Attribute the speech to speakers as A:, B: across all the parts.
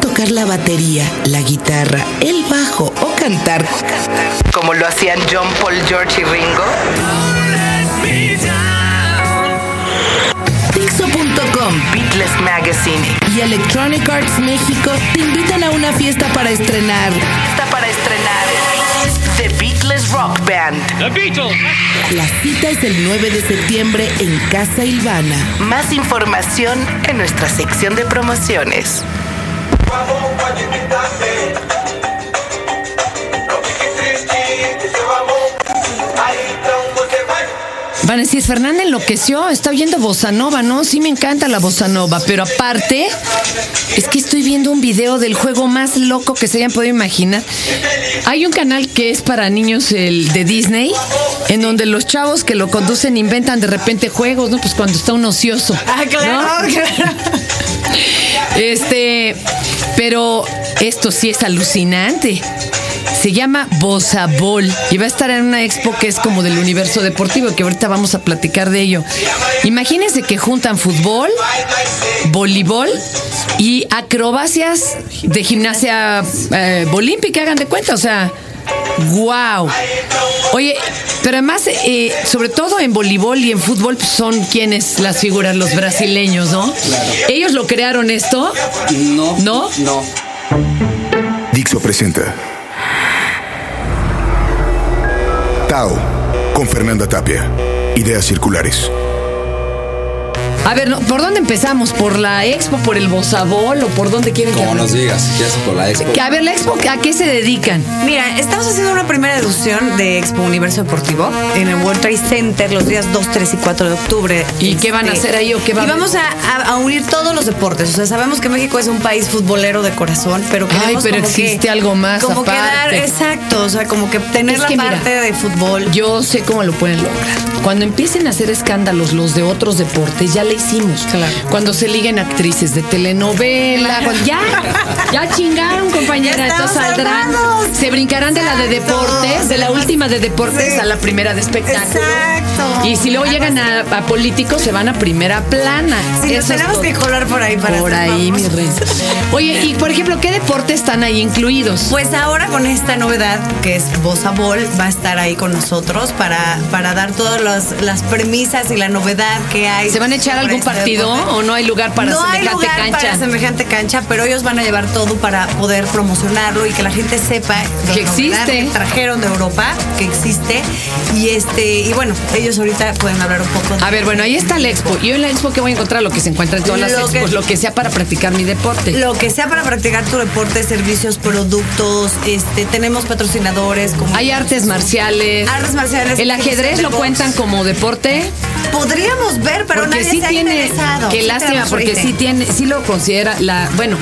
A: tocar la batería, la guitarra, el bajo o cantar, como lo hacían John, Paul, George y Ringo? Dixo.com, Beatles Magazine y Electronic Arts México te invitan a una fiesta para estrenar. Fiesta para estrenar. The Beatles Rock Band.
B: The Beatles.
A: La cita es el 9 de septiembre en Casa Ilvana. Más información en nuestra sección de promociones.
C: Van a decir, Fernanda enloqueció, está oyendo bossa nova, ¿no? Sí me encanta la bossa nova, pero aparte, es que estoy viendo un video del juego más loco que se hayan podido imaginar. Hay un canal que es para niños, el de Disney, en donde los chavos que lo conducen inventan de repente juegos, ¿no? Pues cuando está un ocioso.
D: Ah, claro,
C: ¿no?
D: claro.
C: Este, pero esto sí es alucinante. Se llama Bossa Ball y va a estar en una expo que es como del universo deportivo, que ahorita vamos a platicar de ello. Imagínense que juntan fútbol, voleibol y acrobacias de gimnasia eh, olímpica, hagan de cuenta, o sea, wow. Oye, pero además, eh, sobre todo en voleibol y en fútbol pues, son quienes las figuras, los brasileños, ¿no? Ellos lo crearon esto,
E: No.
C: ¿No?
E: No.
F: Dixo presenta Tao con Fernanda Tapia. Ideas circulares.
C: A ver, no, ¿por dónde empezamos? ¿Por la expo, por el bozabol o por dónde quieren que
E: Como nos
C: hablemos?
E: digas, si quieres por la expo.
C: Que, A ver, la expo, ¿a qué se dedican?
D: Mira, estamos haciendo una primera edición de Expo Universo Deportivo en el World Trade Center los días 2, 3 y 4 de octubre. Este,
C: ¿Y qué van a hacer ahí o qué va a
D: Y
C: haber?
D: vamos a, a- a unir todos los deportes. O sea, sabemos que México es un país futbolero de corazón, pero queremos
C: pero
D: como que-
C: existe algo más
D: Como
C: aparte.
D: quedar, exacto, o sea, como que tener
C: Es
D: la
C: que mira,
D: parte de fútbol.
C: Yo sé cómo lo pueden lograr. Cuando empiecen a hacer escándalos los de otros deportes, ya le hicimos.
D: Claro.
C: Cuando se liguen actrices de telenovela, cuando- ya, ya chingaron, compañera.
D: Ya estamos
C: Entonces saldrán,
D: armados.
C: se brincarán de la de
D: Exacto.
C: deportes, de la última de deportes
D: Sí.
C: a la primera de espectáculo.
D: Exacto.
C: Y si luego llegan a, a políticos, se van a primera plana.
D: Sí, nos
C: Eso es
D: tenemos
C: todo.
D: que colar por ahí para
C: Por
D: ser
C: ahí, mi
D: famosos.
C: rey. Oye, y por ejemplo, ¿qué deportes están ahí incluidos?
D: Pues ahora con esta novedad que es Bossa Ball va a estar ahí con nosotros para, para dar todas las, las premisas y la novedad que hay.
C: ¿Se van a echar
D: sobre
C: algún
D: este
C: partido
D: deporte.
C: o no hay lugar para
D: no hay
C: semejante
D: lugar
C: cancha?
D: para semejante cancha, pero ellos van a llevar todo para poder promocionarlo y que la gente sepa la
C: Que
D: novedad
C: existe.
D: que trajeron de Europa, que existe y este y bueno ellos ahorita pueden hablar un poco. de-
C: A ver, bueno, ahí está la expo. Yo en la expo que voy a encontrar lo que se encuentra en todas las
D: Lo que-
C: expos, lo que sea para practicar mi deporte.
D: Lo que sea para practicar tu deporte, servicios, productos, este, tenemos patrocinadores como
C: Hay artes marciales.
D: Artes marciales.
C: El ajedrez lo
D: Box.
C: cuentan como deporte,
D: Podríamos ver, pero
C: porque
D: nadie
C: sí
D: se ha
C: tiene.
D: interesado.
C: Qué
D: Sí
C: lástima,
D: tenemos
C: porque
D: ahorita.
C: sí tiene, sí lo considera la, bueno,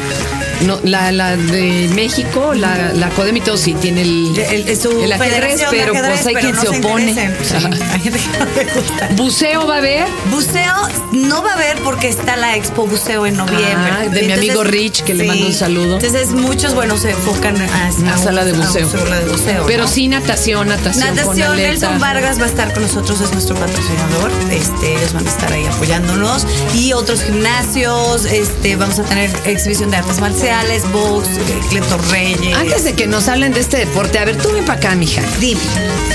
C: no, la, la de México, la, la Codem y todo sí tiene el,
D: El, el- su
C: el ajedrez,
D: federación de
C: pero
D: ajedrez,
C: pues hay
D: pero
C: quien
D: no
C: se opone.
D: interesen. Sí,
C: Ajá.
D: hay gente que no le gusta.
C: Buceo va a haber.
D: Buceo no va a haber porque está la Expo Buceo en noviembre.
C: Ah, de mi amigo Rich, que le mando un saludo.
D: Entonces muchos, bueno, se enfocan a,
C: La
D: a un-
C: sala de
D: a un
C: buceo.
D: sala de buceo,
C: Pero
D: ¿no?
C: sí natación, natación. con
D: Natación,
C: aleta.
D: Nelson Vargas va a estar con nosotros, es nuestro patrocinador. Este, ellos van a estar ahí apoyándonos. Y otros gimnasios, este, vamos a tener exhibición de artes marciales, box, eh, Cleto Reyes.
C: Antes de Ah, que nos hablen de este deporte, a ver, tú ven para acá, mija.
D: Dime.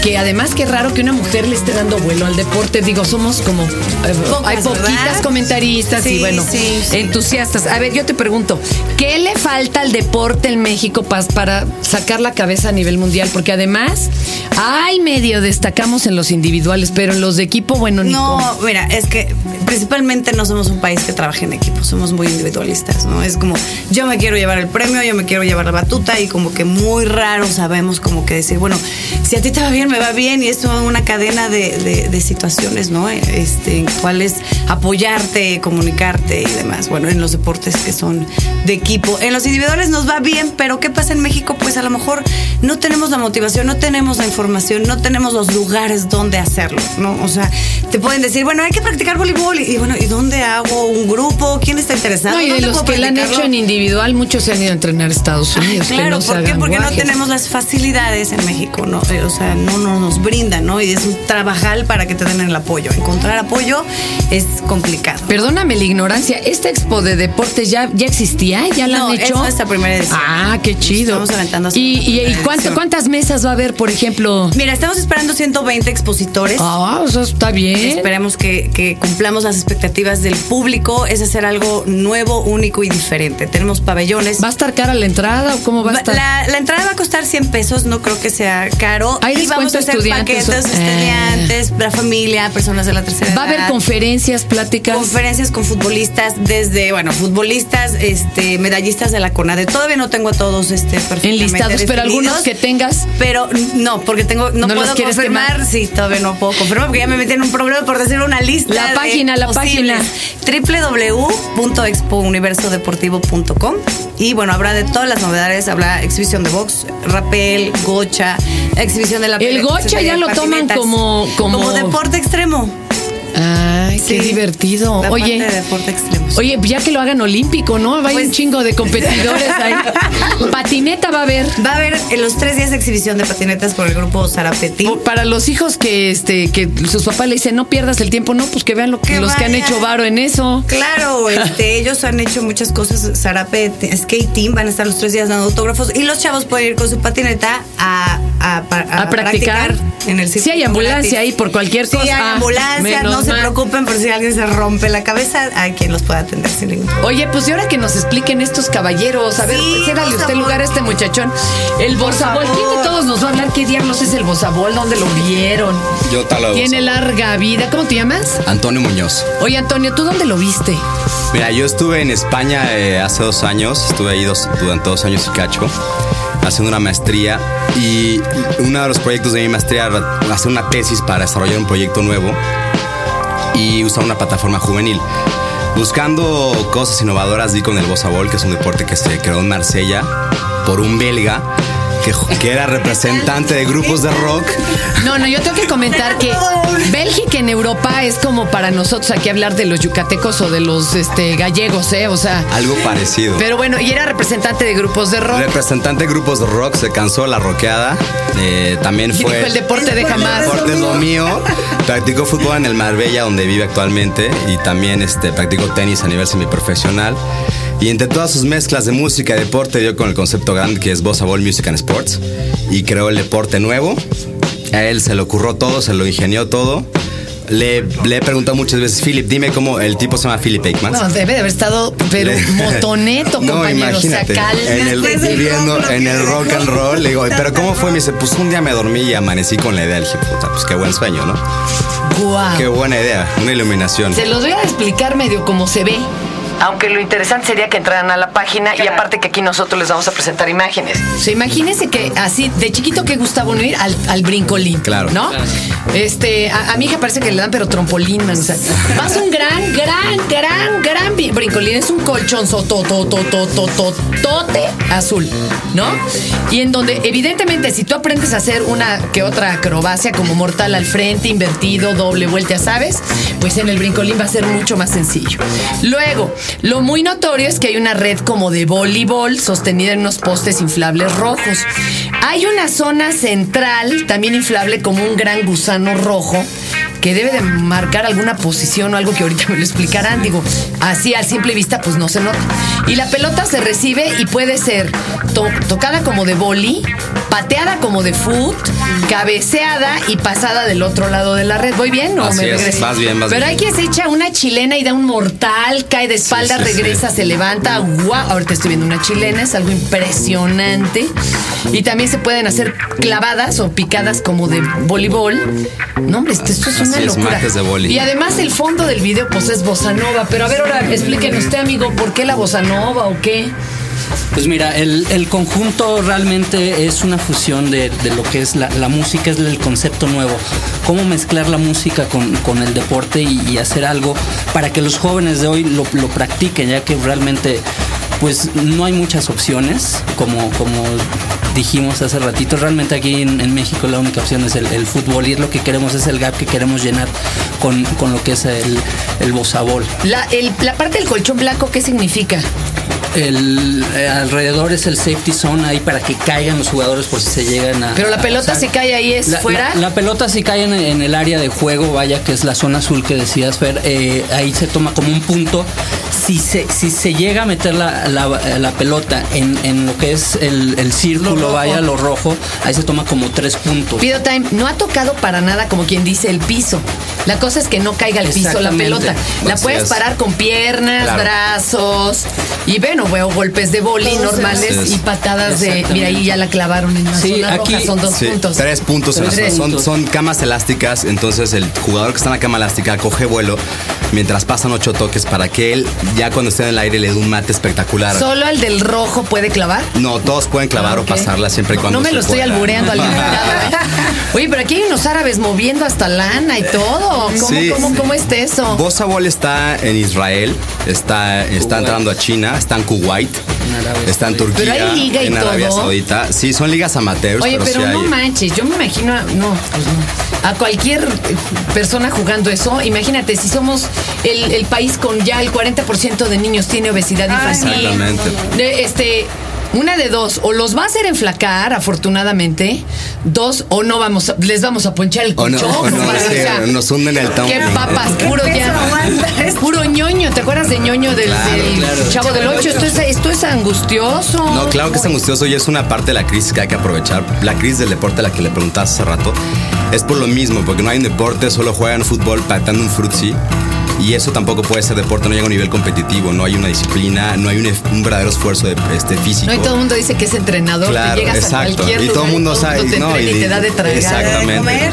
C: Que además qué raro que una mujer le esté dando vuelo al deporte. Digo, somos como... eh, hay poquitas
D: ¿verdad?
C: comentaristas y
D: Sí,
C: bueno,
D: sí, sí.
C: entusiastas. A ver, yo te pregunto, ¿qué le falta al deporte en México pa- para sacar la cabeza a nivel mundial? Porque además, ay, medio destacamos en los individuales, pero en los de equipo, bueno, ni cómo.
D: No, mira, es que principalmente no somos un país que trabaje en equipo, somos muy individualistas, ¿no? Es como, yo me quiero llevar el premio, yo me quiero llevar la batuta y como que muy raro sabemos como que decir, bueno, si a ti te va bien, me va bien y es una cadena de, de- de situaciones, ¿no? Este, en cuales apoyarte, comunicarte y demás. Bueno, en los deportes que son de equipo. En los individuales nos va bien, pero ¿qué pasa en México? Pues a lo mejor no tenemos la motivación, no tenemos la información, no tenemos los lugares donde hacerlo, ¿no? O sea, te pueden decir, bueno, hay que practicar voleibol. Y bueno, ¿y dónde hago un grupo? ¿Quién está interesado?
C: No, y de
D: ¿Dónde
C: los
D: puedo
C: que la han
D: practicarlo?
C: hecho en individual, igual muchos se han ido a entrenar a Estados Unidos. que
D: Claro,
C: no se
D: ¿por qué?
C: hagan
D: Porque no
C: guajes.
D: tenemos las facilidades en México, ¿no? Eh, O sea, no, no nos brindan, ¿no? Y es un trabajar para que te den el apoyo. Encontrar apoyo es complicado.
C: Perdóname la ignorancia, ¿esta expo de deportes ya, ya existía? ¿Ya la
D: No,
C: han hecho?
D: es nuestra primera edición.
C: Ah, qué chido.
D: Estamos aventando
C: ¿Y,
D: nuestra
C: y, y
D: primera
C: cuánto-
D: edición.
C: cuántas mesas va a haber, por ejemplo?
D: Mira, estamos esperando 120 expositores.
C: Ah, eso está bien.
D: Esperemos que, que cumplamos las expectativas del público. Es hacer algo nuevo, único y diferente. Tenemos pabellones.
C: ¿Va a estar cara la entrada o cómo va a
D: Va-
C: estar?
D: La, la entrada va a costar 100 pesos, no creo que sea caro.
C: Hay
D: y vamos
C: descuento
D: a hacer
C: estudiantes,
D: paquetes
C: o- Ah.
D: estudiantes, la familia, personas de la tercera
C: ¿Va a haber
D: edad.
C: conferencias, pláticas?
D: Conferencias con futbolistas, desde, bueno, futbolistas, este, medallistas de la CONADE. Todavía no tengo a todos este perfectamente
C: Enlistados, pero algunos
D: definidos,
C: que tengas.
D: Pero no, porque tengo, no,
C: ¿No los
D: puedo
C: quieres
D: confirmar.
C: quemar?
D: Sí, todavía no puedo confirmar porque ya me metí en un problema por decir una lista.
C: La
D: de
C: página, la
D: posibles. www.expouniversodeportivo.com y bueno, habrá de todas las novedades, habrá exhibición de box, rappel, gocha, exhibición de la
C: El gocha ya lo toman
D: patinetas.
C: como- como-
D: como deporte extremo.
C: Ay, qué
D: Sí.
C: divertido.
D: La
C: Oye,
D: parte de deporte extremo.
C: Oye, pues ya que lo hagan olímpico, ¿no? Va a ir un
D: Pues-
C: chingo de competidores ahí. Patineta va a haber.
D: Va a haber en los tres días de exhibición de patinetas por el grupo Zarapetí.
C: O Para los hijos que este que sus papás le dicen no pierdas el tiempo, no, pues que vean lo que,
D: Que
C: los que han
D: vayan.
C: hecho varo en eso.
D: Claro, este, ellos han hecho muchas cosas. Zarape te- Skate Team van a estar los tres días dando autógrafos y los chavos pueden ir con su patineta a, a, pa- a
C: A practicar.
D: en el
C: Sí
D: circuito
C: hay ambulancia
D: gratis.
C: ahí por cualquier
D: Sí,
C: cosa.
D: hay
C: Ah,
D: ambulancia,
C: menos
D: no se
C: mal.
D: preocupen por si alguien se rompe la cabeza, hay quien los pueda atender sin ningún problema.
C: Oye, pues y ahora que nos expliquen estos caballeros, a ver,
D: Sí,
C: cédale
D: por
C: usted
D: favor.
C: lugar a este muchachón. El bozabol,
D: favor.
C: ¿quién de todos nos va a hablar qué diablos es el bozabol? ¿Dónde lo vieron?
E: Yo tal vez.
C: Tiene larga vida. ¿Cómo te llamas?
E: Antonio Muñoz.
C: Oye, Antonio, ¿tú dónde lo viste?
E: Mira, yo estuve en España eh, hace dos años, estuve ahí dos, durante dos años y cacho, haciendo una maestría y uno de los proyectos de mi maestría era hacer una tesis para desarrollar un proyecto nuevo y usar una plataforma juvenil. Buscando cosas innovadoras di con el bosabol, que es un deporte que se creó en Marsella por un belga que, que era representante de grupos de rock.
C: No, no, yo tengo que comentar que Bélgica en Europa es como para nosotros aquí hablar de los yucatecos o de los este, gallegos, ¿eh? O sea,
E: Algo parecido.
C: Pero bueno, y era representante de grupos de rock.
E: Representante de grupos de rock, se cansó de la roqueada. eh, también
C: Y
E: fue.
C: dijo, el deporte deja más.
E: El deporte es lo mío. Practico fútbol en el Marbella, donde vive actualmente. Y también este, practico tenis a nivel semiprofesional. Y entre todas sus mezclas de música y deporte, dio con el concepto grande que es Bossa Ball Music and Sports. Y creó el deporte nuevo. A él se le ocurrió todo, se lo ingenió todo. Le, le he preguntado muchas veces, Philip, dime cómo el tipo se llama Philip Aikman.
C: No, debe de haber estado, pero motoneto,
E: No,
C: compañero.
E: imagínate,
C: o sea, calma.
E: en el,
D: Desde el
E: viviendo
D: rock, lo
E: en
D: que
E: el
D: dejó.
E: rock and roll. Le digo, pero ¿cómo fue? Me dice, pues un día me dormí y amanecí con la idea. Le dije, puta, pues qué buen sueño, ¿no?
C: Guau.
E: Qué buena idea, una iluminación.
C: Ah. Se los voy a explicar medio como se ve. Aunque lo interesante sería que entraran a la página y aparte que aquí nosotros les vamos a presentar imágenes. imagínense que así, de chiquito que gustaba uno ir al, al brincolín.
E: Claro.
C: ¿No? Este, a, a mi hija parece que le dan pero trompolin, man. O sea, vas a un gran, gran, gran, gran bri- brincolín. Es un colchón tote azul, ¿no? Y en donde, evidentemente, si tú aprendes a hacer una que otra acrobacia como mortal al frente, invertido, doble vuelta, ya sabes, pues en el brincolín va a ser mucho más sencillo. Luego, lo muy notorio es que hay una red como de voleibol sostenida en unos postes inflables rojos. Hay una zona central, también inflable, como un gran gusano rojo, que debe de marcar alguna posición o algo que ahorita me lo explicarán. Digo, así a simple vista, pues no se nota. Y la pelota se recibe y puede ser to- tocada como de boli, pateada como de foot, cabeceada y pasada del otro lado de la red. ¿Voy bien o
E: Así
C: me
E: es,
C: regreso?
E: vas bien, vas
C: Pero
E: bien.
C: hay que se echa una chilena y da un mortal, cae de espalda,
E: sí, sí.
C: regresa, se levanta. ¡Guau! Ahorita estoy viendo una chilena, es algo impresionante. Y también se pueden hacer clavadas o picadas como de voleibol. No, hombre, esto, esto es una
E: Así es,
C: locura.
E: martes de vóley.
C: y además el fondo del video pues es bossa nova. Pero a ver, ahora explíquenos usted, amigo, ¿por qué la bossa nova o qué?
B: Pues mira, el, el conjunto realmente es una fusión de, de lo que es la, la música, es el concepto nuevo. Cómo mezclar la música con, con el deporte y, y hacer algo para que los jóvenes de hoy lo, lo practiquen, ya que realmente pues no hay muchas opciones, como, como dijimos hace ratito. Realmente aquí en, en México la única opción es el, el fútbol y es lo que queremos, es el gap que queremos llenar con, con lo que es el, el bozabol.
C: La, el- la parte del colchón blanco, ¿qué significa?
B: el, eh, alrededor es el safety zone ahí para que caigan los jugadores por si se llegan a.
C: Pero la
B: a-
C: pelota
B: o sea,
C: si cae ahí es
B: la,
C: fuera.
B: la- la pelota si cae en, en el área de juego, vaya que es la zona azul que decías, Fer, eh, ahí se toma como un punto. Si se, si se llega a meter la, la- la pelota en, en lo que es el, el círculo,
C: rojo.
B: vaya lo rojo, ahí se toma como tres puntos.
C: Pido time, no ha tocado para nada, como quien dice, el piso. La cosa es que no caiga al piso la
B: Exactamente.
C: pelota. La
E: Así
C: puedes
E: es.
C: parar con piernas,
E: Claro.
C: brazos. Y bueno, veo golpes de boli
D: Todos
C: normales
E: esos.
C: y patadas de.
B: Exactamente.
C: Mira, ahí ya la clavaron en la
B: Sí,
C: zona roja,
B: aquí-
C: son dos
E: Sí,
C: puntos.
E: Tres puntos en la
B: Tres
E: zona. Son,
B: puntos.
E: son camas elásticas, entonces el jugador que está en la cama elástica coge vuelo mientras pasan ocho toques para que él, ya cuando esté en el aire, le dé un mate espectacular.
C: Solo el del rojo puede clavar.
E: no, todos pueden clavar
C: Ok.
E: o pasarla siempre y
C: No,
E: cuando
C: No me
E: se
C: lo estoy
E: pueda.
C: albureando al invitado, ¿eh? Oye, pero aquí hay unos árabes moviendo hasta lana y todo. ¿Cómo,
E: Sí.
C: cómo, cómo está eso?
E: Bosa Ball está en Israel, está, está
B: Kuwait.
E: entrando a China, está en Kuwait,
B: En Arabia
E: está en
B: Saudita.
E: Turquía,
C: Pero hay liga y
E: en Arabia
C: todo.
E: Saudita. Sí, son ligas amateurs,
C: Oye,
E: Pues, pero,
C: pero
E: sí
C: no
E: hay.
C: manches, yo me imagino, a- no, pues no. A cualquier persona jugando eso, imagínate, si somos el, el país con ya el 40% de niños tiene obesidad infantil.
E: Exactamente.
C: Eh, Este, una de dos, o los va a hacer enflacar, afortunadamente, dos, o no vamos, a- les vamos a ponchar el
E: O no,
C: cuchillo.
E: o no, sí, nos hunden el tono.
C: Qué papas, puro
D: peso
C: ya.
D: aguanta esto?
C: Puro ñoño, ¿te acuerdas de ñoño del,
E: Claro,
C: del
B: claro.
C: chavo del 8? Esto es, esto es angustioso.
E: No, claro que es angustioso y es una parte de la crisis que hay que aprovechar. La crisis del deporte a la que le preguntaste hace rato es por lo mismo, porque no hay un deporte, solo juegan fútbol patando un frutzi. Y eso tampoco puede ser deporte, no llega a un nivel competitivo, no hay una disciplina, no hay un, ef- un verdadero esfuerzo de, este, físico.
C: No, y todo el mundo dice que es entrenador,
E: Claro,
C: que llegas a
E: exacto.
C: cualquier
E: Y
C: lugar
E: todo el mundo sabe.
C: te
E: no,
C: entrena y, te da de tragar.
E: Exactamente.
D: de comer.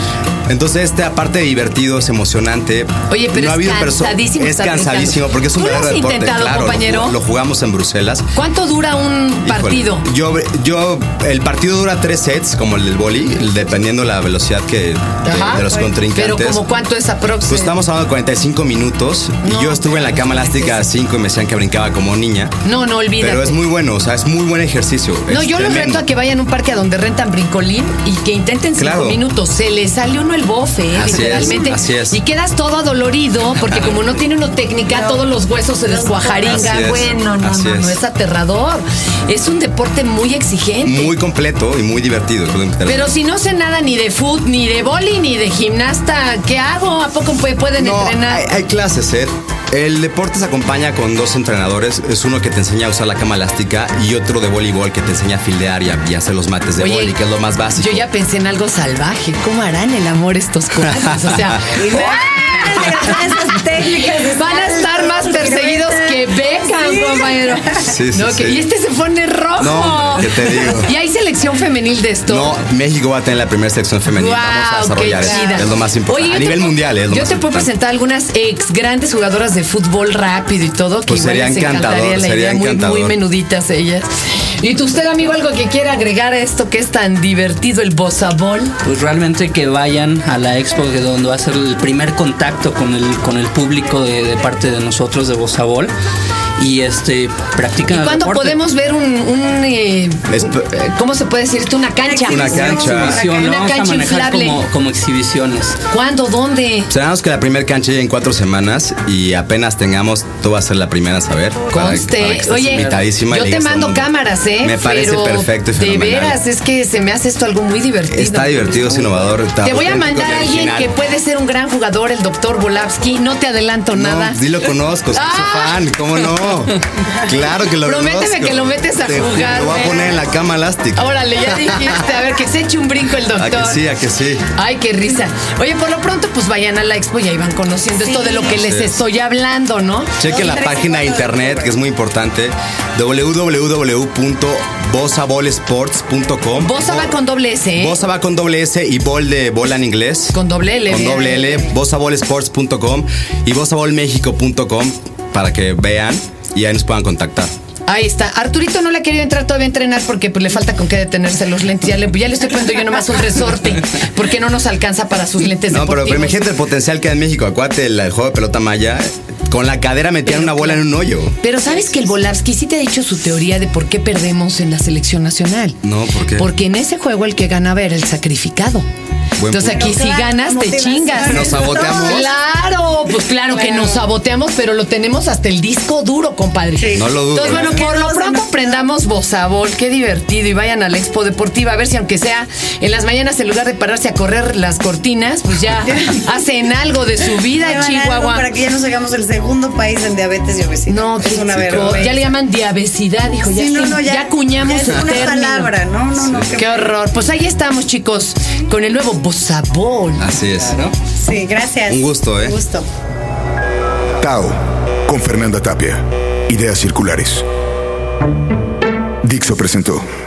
E: Entonces, este, aparte de divertido, es emocionante.
C: Oye, pero
E: no
C: es
E: ha habido perso-
C: cansadísimo
E: Es
C: estar
E: cansadísimo
C: brincando.
E: porque es un
C: ¿Tú lo
E: verdadero
C: has
E: deporte.
C: intentado,
E: claro, lo ju-
C: compañero?
E: lo jugamos en Bruselas.
C: ¿Cuánto dura un
E: Híjole,
C: partido?
E: Yo, yo, el partido dura tres sets, como el del boli, dependiendo la velocidad que de,
C: Ajá.
E: de los
C: Pero
E: contrincantes.
C: como cuánto es aproximadamente.
E: pues estamos hablando de 45 minutos
C: No,
E: y yo estuve en la cama elástica a 5 y me decían que brincaba como niña.
C: No, no olvídate.
E: Pero es muy bueno, o sea, es muy buen ejercicio.
C: No,
E: es
C: yo los
E: tremendo.
C: reto a que vayan a un parque a donde rentan brincolín y que intenten cinco
E: Claro.
C: minutos. Se les sale uno el bofe, eh,
E: Así es,
C: literalmente.
E: así es.
C: Y quedas todo adolorido porque como no tiene uno técnica, todos los huesos se
E: Así
C: descuajaringan.
E: es,
C: Bueno, no,
E: así
C: no, no,
E: es.
C: es aterrador. Es un deporte muy exigente.
E: Muy completo y muy divertido. creo que-
C: Pero si no sé nada ni de foot, ni de boli, ni de gimnasta, ¿qué hago? ¿A poco pu- pueden
E: no,
C: entrenar?
E: hay, hay clases, ¿eh? El deporte se acompaña con dos entrenadores. Es uno que te enseña a usar la cama elástica y otro de voleibol que te enseña a fildear y, a, y hacer los mates de
C: Oye,
E: boli, que es lo más básico.
C: Yo ya pensé en algo salvaje. ¿Cómo harán el amor estos cuates? O sea,
D: Esas técnicas de
C: van a estar más perseguidos que Beckham,
D: Sí.
C: compañero.
E: Sí, sí,
C: No, que-
E: sí.
C: Y este se pone rojo.
E: No, hombre, ¿qué te digo?
C: Y hay selección femenil de esto.
E: No, México va a tener la primera selección femenina. Vamos a
C: Guau, qué
E: desarrollar eso.
C: chida.
E: Es lo más importante.
C: Oye, yo
E: a
C: te
E: nivel
C: puedo-
E: mundial, ¿eh? es lo
C: Yo
E: más
C: te puedo
E: importante.
C: presentar algunas ex grandes jugadoras de fútbol rápido y todo, que
E: Pues
C: igual
E: sería
C: les encantaría
E: encantador,
C: la
E: sería
C: idea, muy,
E: encantador.
C: muy menuditas ellas. Y tú, usted, amigo, algo que quiera agregar a esto que es tan divertido, el bozabol.
B: Pues realmente que vayan a la expo que donde va a ser el primer contacto con el con el público de, de parte de nosotros de Bozabol y este practican
C: ¿Y
B: el
C: cuándo
B: deporte.
C: podemos ver un, un, eh,
E: Espe-
C: eh, cómo se puede decir esto? Una cancha.
E: Una cancha.
B: exhibición,
C: Una
B: lo vamos
C: cancha
B: a manejar
C: inflable.
B: como, como exhibiciones.
C: ¿Cuándo? ¿Dónde?
E: Esperamos que la primera cancha llegue en cuatro semanas y apenas tengamos, tú vas a ser la primera a saber. para- para que
C: Conste,
E: estés
C: oye,
E: invitadísima y
C: yo te
E: llegues al
C: mando
E: mundo.
C: cámaras, ¿eh?
E: Me parece
C: Pero
E: perfecto y
C: De
E: fenomenal.
C: veras, es que se me hace esto algo muy divertido.
E: Está divertido, es innovador. está
C: Te voy a
E: auténtico y
C: mandar a alguien
E: original.
C: que puede ser un gran jugador, el doctor Volavsky. No te adelanto nada.
E: No, sí lo conozco, soy su
C: Ah.
E: fan, ¿cómo no? Claro que lo
C: Prométeme
E: conozco.
C: que lo metes a
E: Te juro,
C: jugar,
E: Lo voy a
C: ¿eh?
E: poner en la cama elástica.
C: Órale, ya dijiste. A ver, que se eche un brinco el
E: A
C: doctor.
E: que sí, a que sí.
C: Ay, qué risa. Oye, por lo pronto, pues vayan a la expo y ahí van conociendo esto de lo que les
E: Sí.
C: estoy hablando, ¿no?
E: Chequen la página de internet, que es muy importante, www.bosabolesports.com.
C: Bosa va con doble S, ¿eh?
E: Bosa va con doble S y bol de bola en inglés.
C: Con doble L.
E: Con
C: ¿eh?
E: doble L, bosabolesports.com y bosabolmexico.com para que vean y ahí nos puedan contactar.
C: Ahí está. Arturito no le ha querido entrar todavía a entrenar porque pues, le falta con qué detenerse los lentes. Ya le, ya le estoy poniendo yo nomás un resorte porque no nos alcanza para sus lentes
E: No, pero,
C: deportivos.
E: pero imagínate el potencial que hay en México. Acuate, el, el juego de pelota maya Con la cadera metían
C: Pero
E: una bola en un hoyo.
C: Pero sabes que el Volarsky sí te ha dicho su teoría de por qué perdemos en la selección nacional.
E: No, ¿por qué?
C: Porque en ese juego el que ganaba era el sacrificado.
E: Buen
C: Entonces
E: punto.
C: aquí si
D: Claro,
C: ganas te
D: motivación.
C: chingas.
E: Nos saboteamos.
C: Claro, pues claro, que nos saboteamos, pero lo tenemos hasta el disco duro, compadre.
E: No lo dudo. ¿eh?
C: Entonces, bueno, por lo pronto aprendamos bozabol, qué divertido. Y vayan a la Expo Deportiva a ver si, aunque sea en las mañanas, en lugar de pararse a correr las cortinas, pues ya hacen algo de su vida,
D: Hagan algo
C: Chihuahua.
D: Para que ya no hagamos el segundo país en diabetes y obesidad.
C: No,
D: es
C: qué
D: una
C: chico.
D: vergüenza.
C: Ya le llaman diabesidad, dijo. Ya,
D: Sí, no,
C: sí,
D: no, ya-
C: ya acuñamos
D: ya
C: su
D: es una
C: término.
D: palabra, no, no, no.
C: Qué horror. Pues ahí estamos, chicos, con el nuevo bozabol.
E: Así es.
D: Sí, gracias.
E: Un gusto, ¿eh?
D: Un gusto.
F: Tao, con Fernanda Tapia. Ideas circulares. Dixo presentó.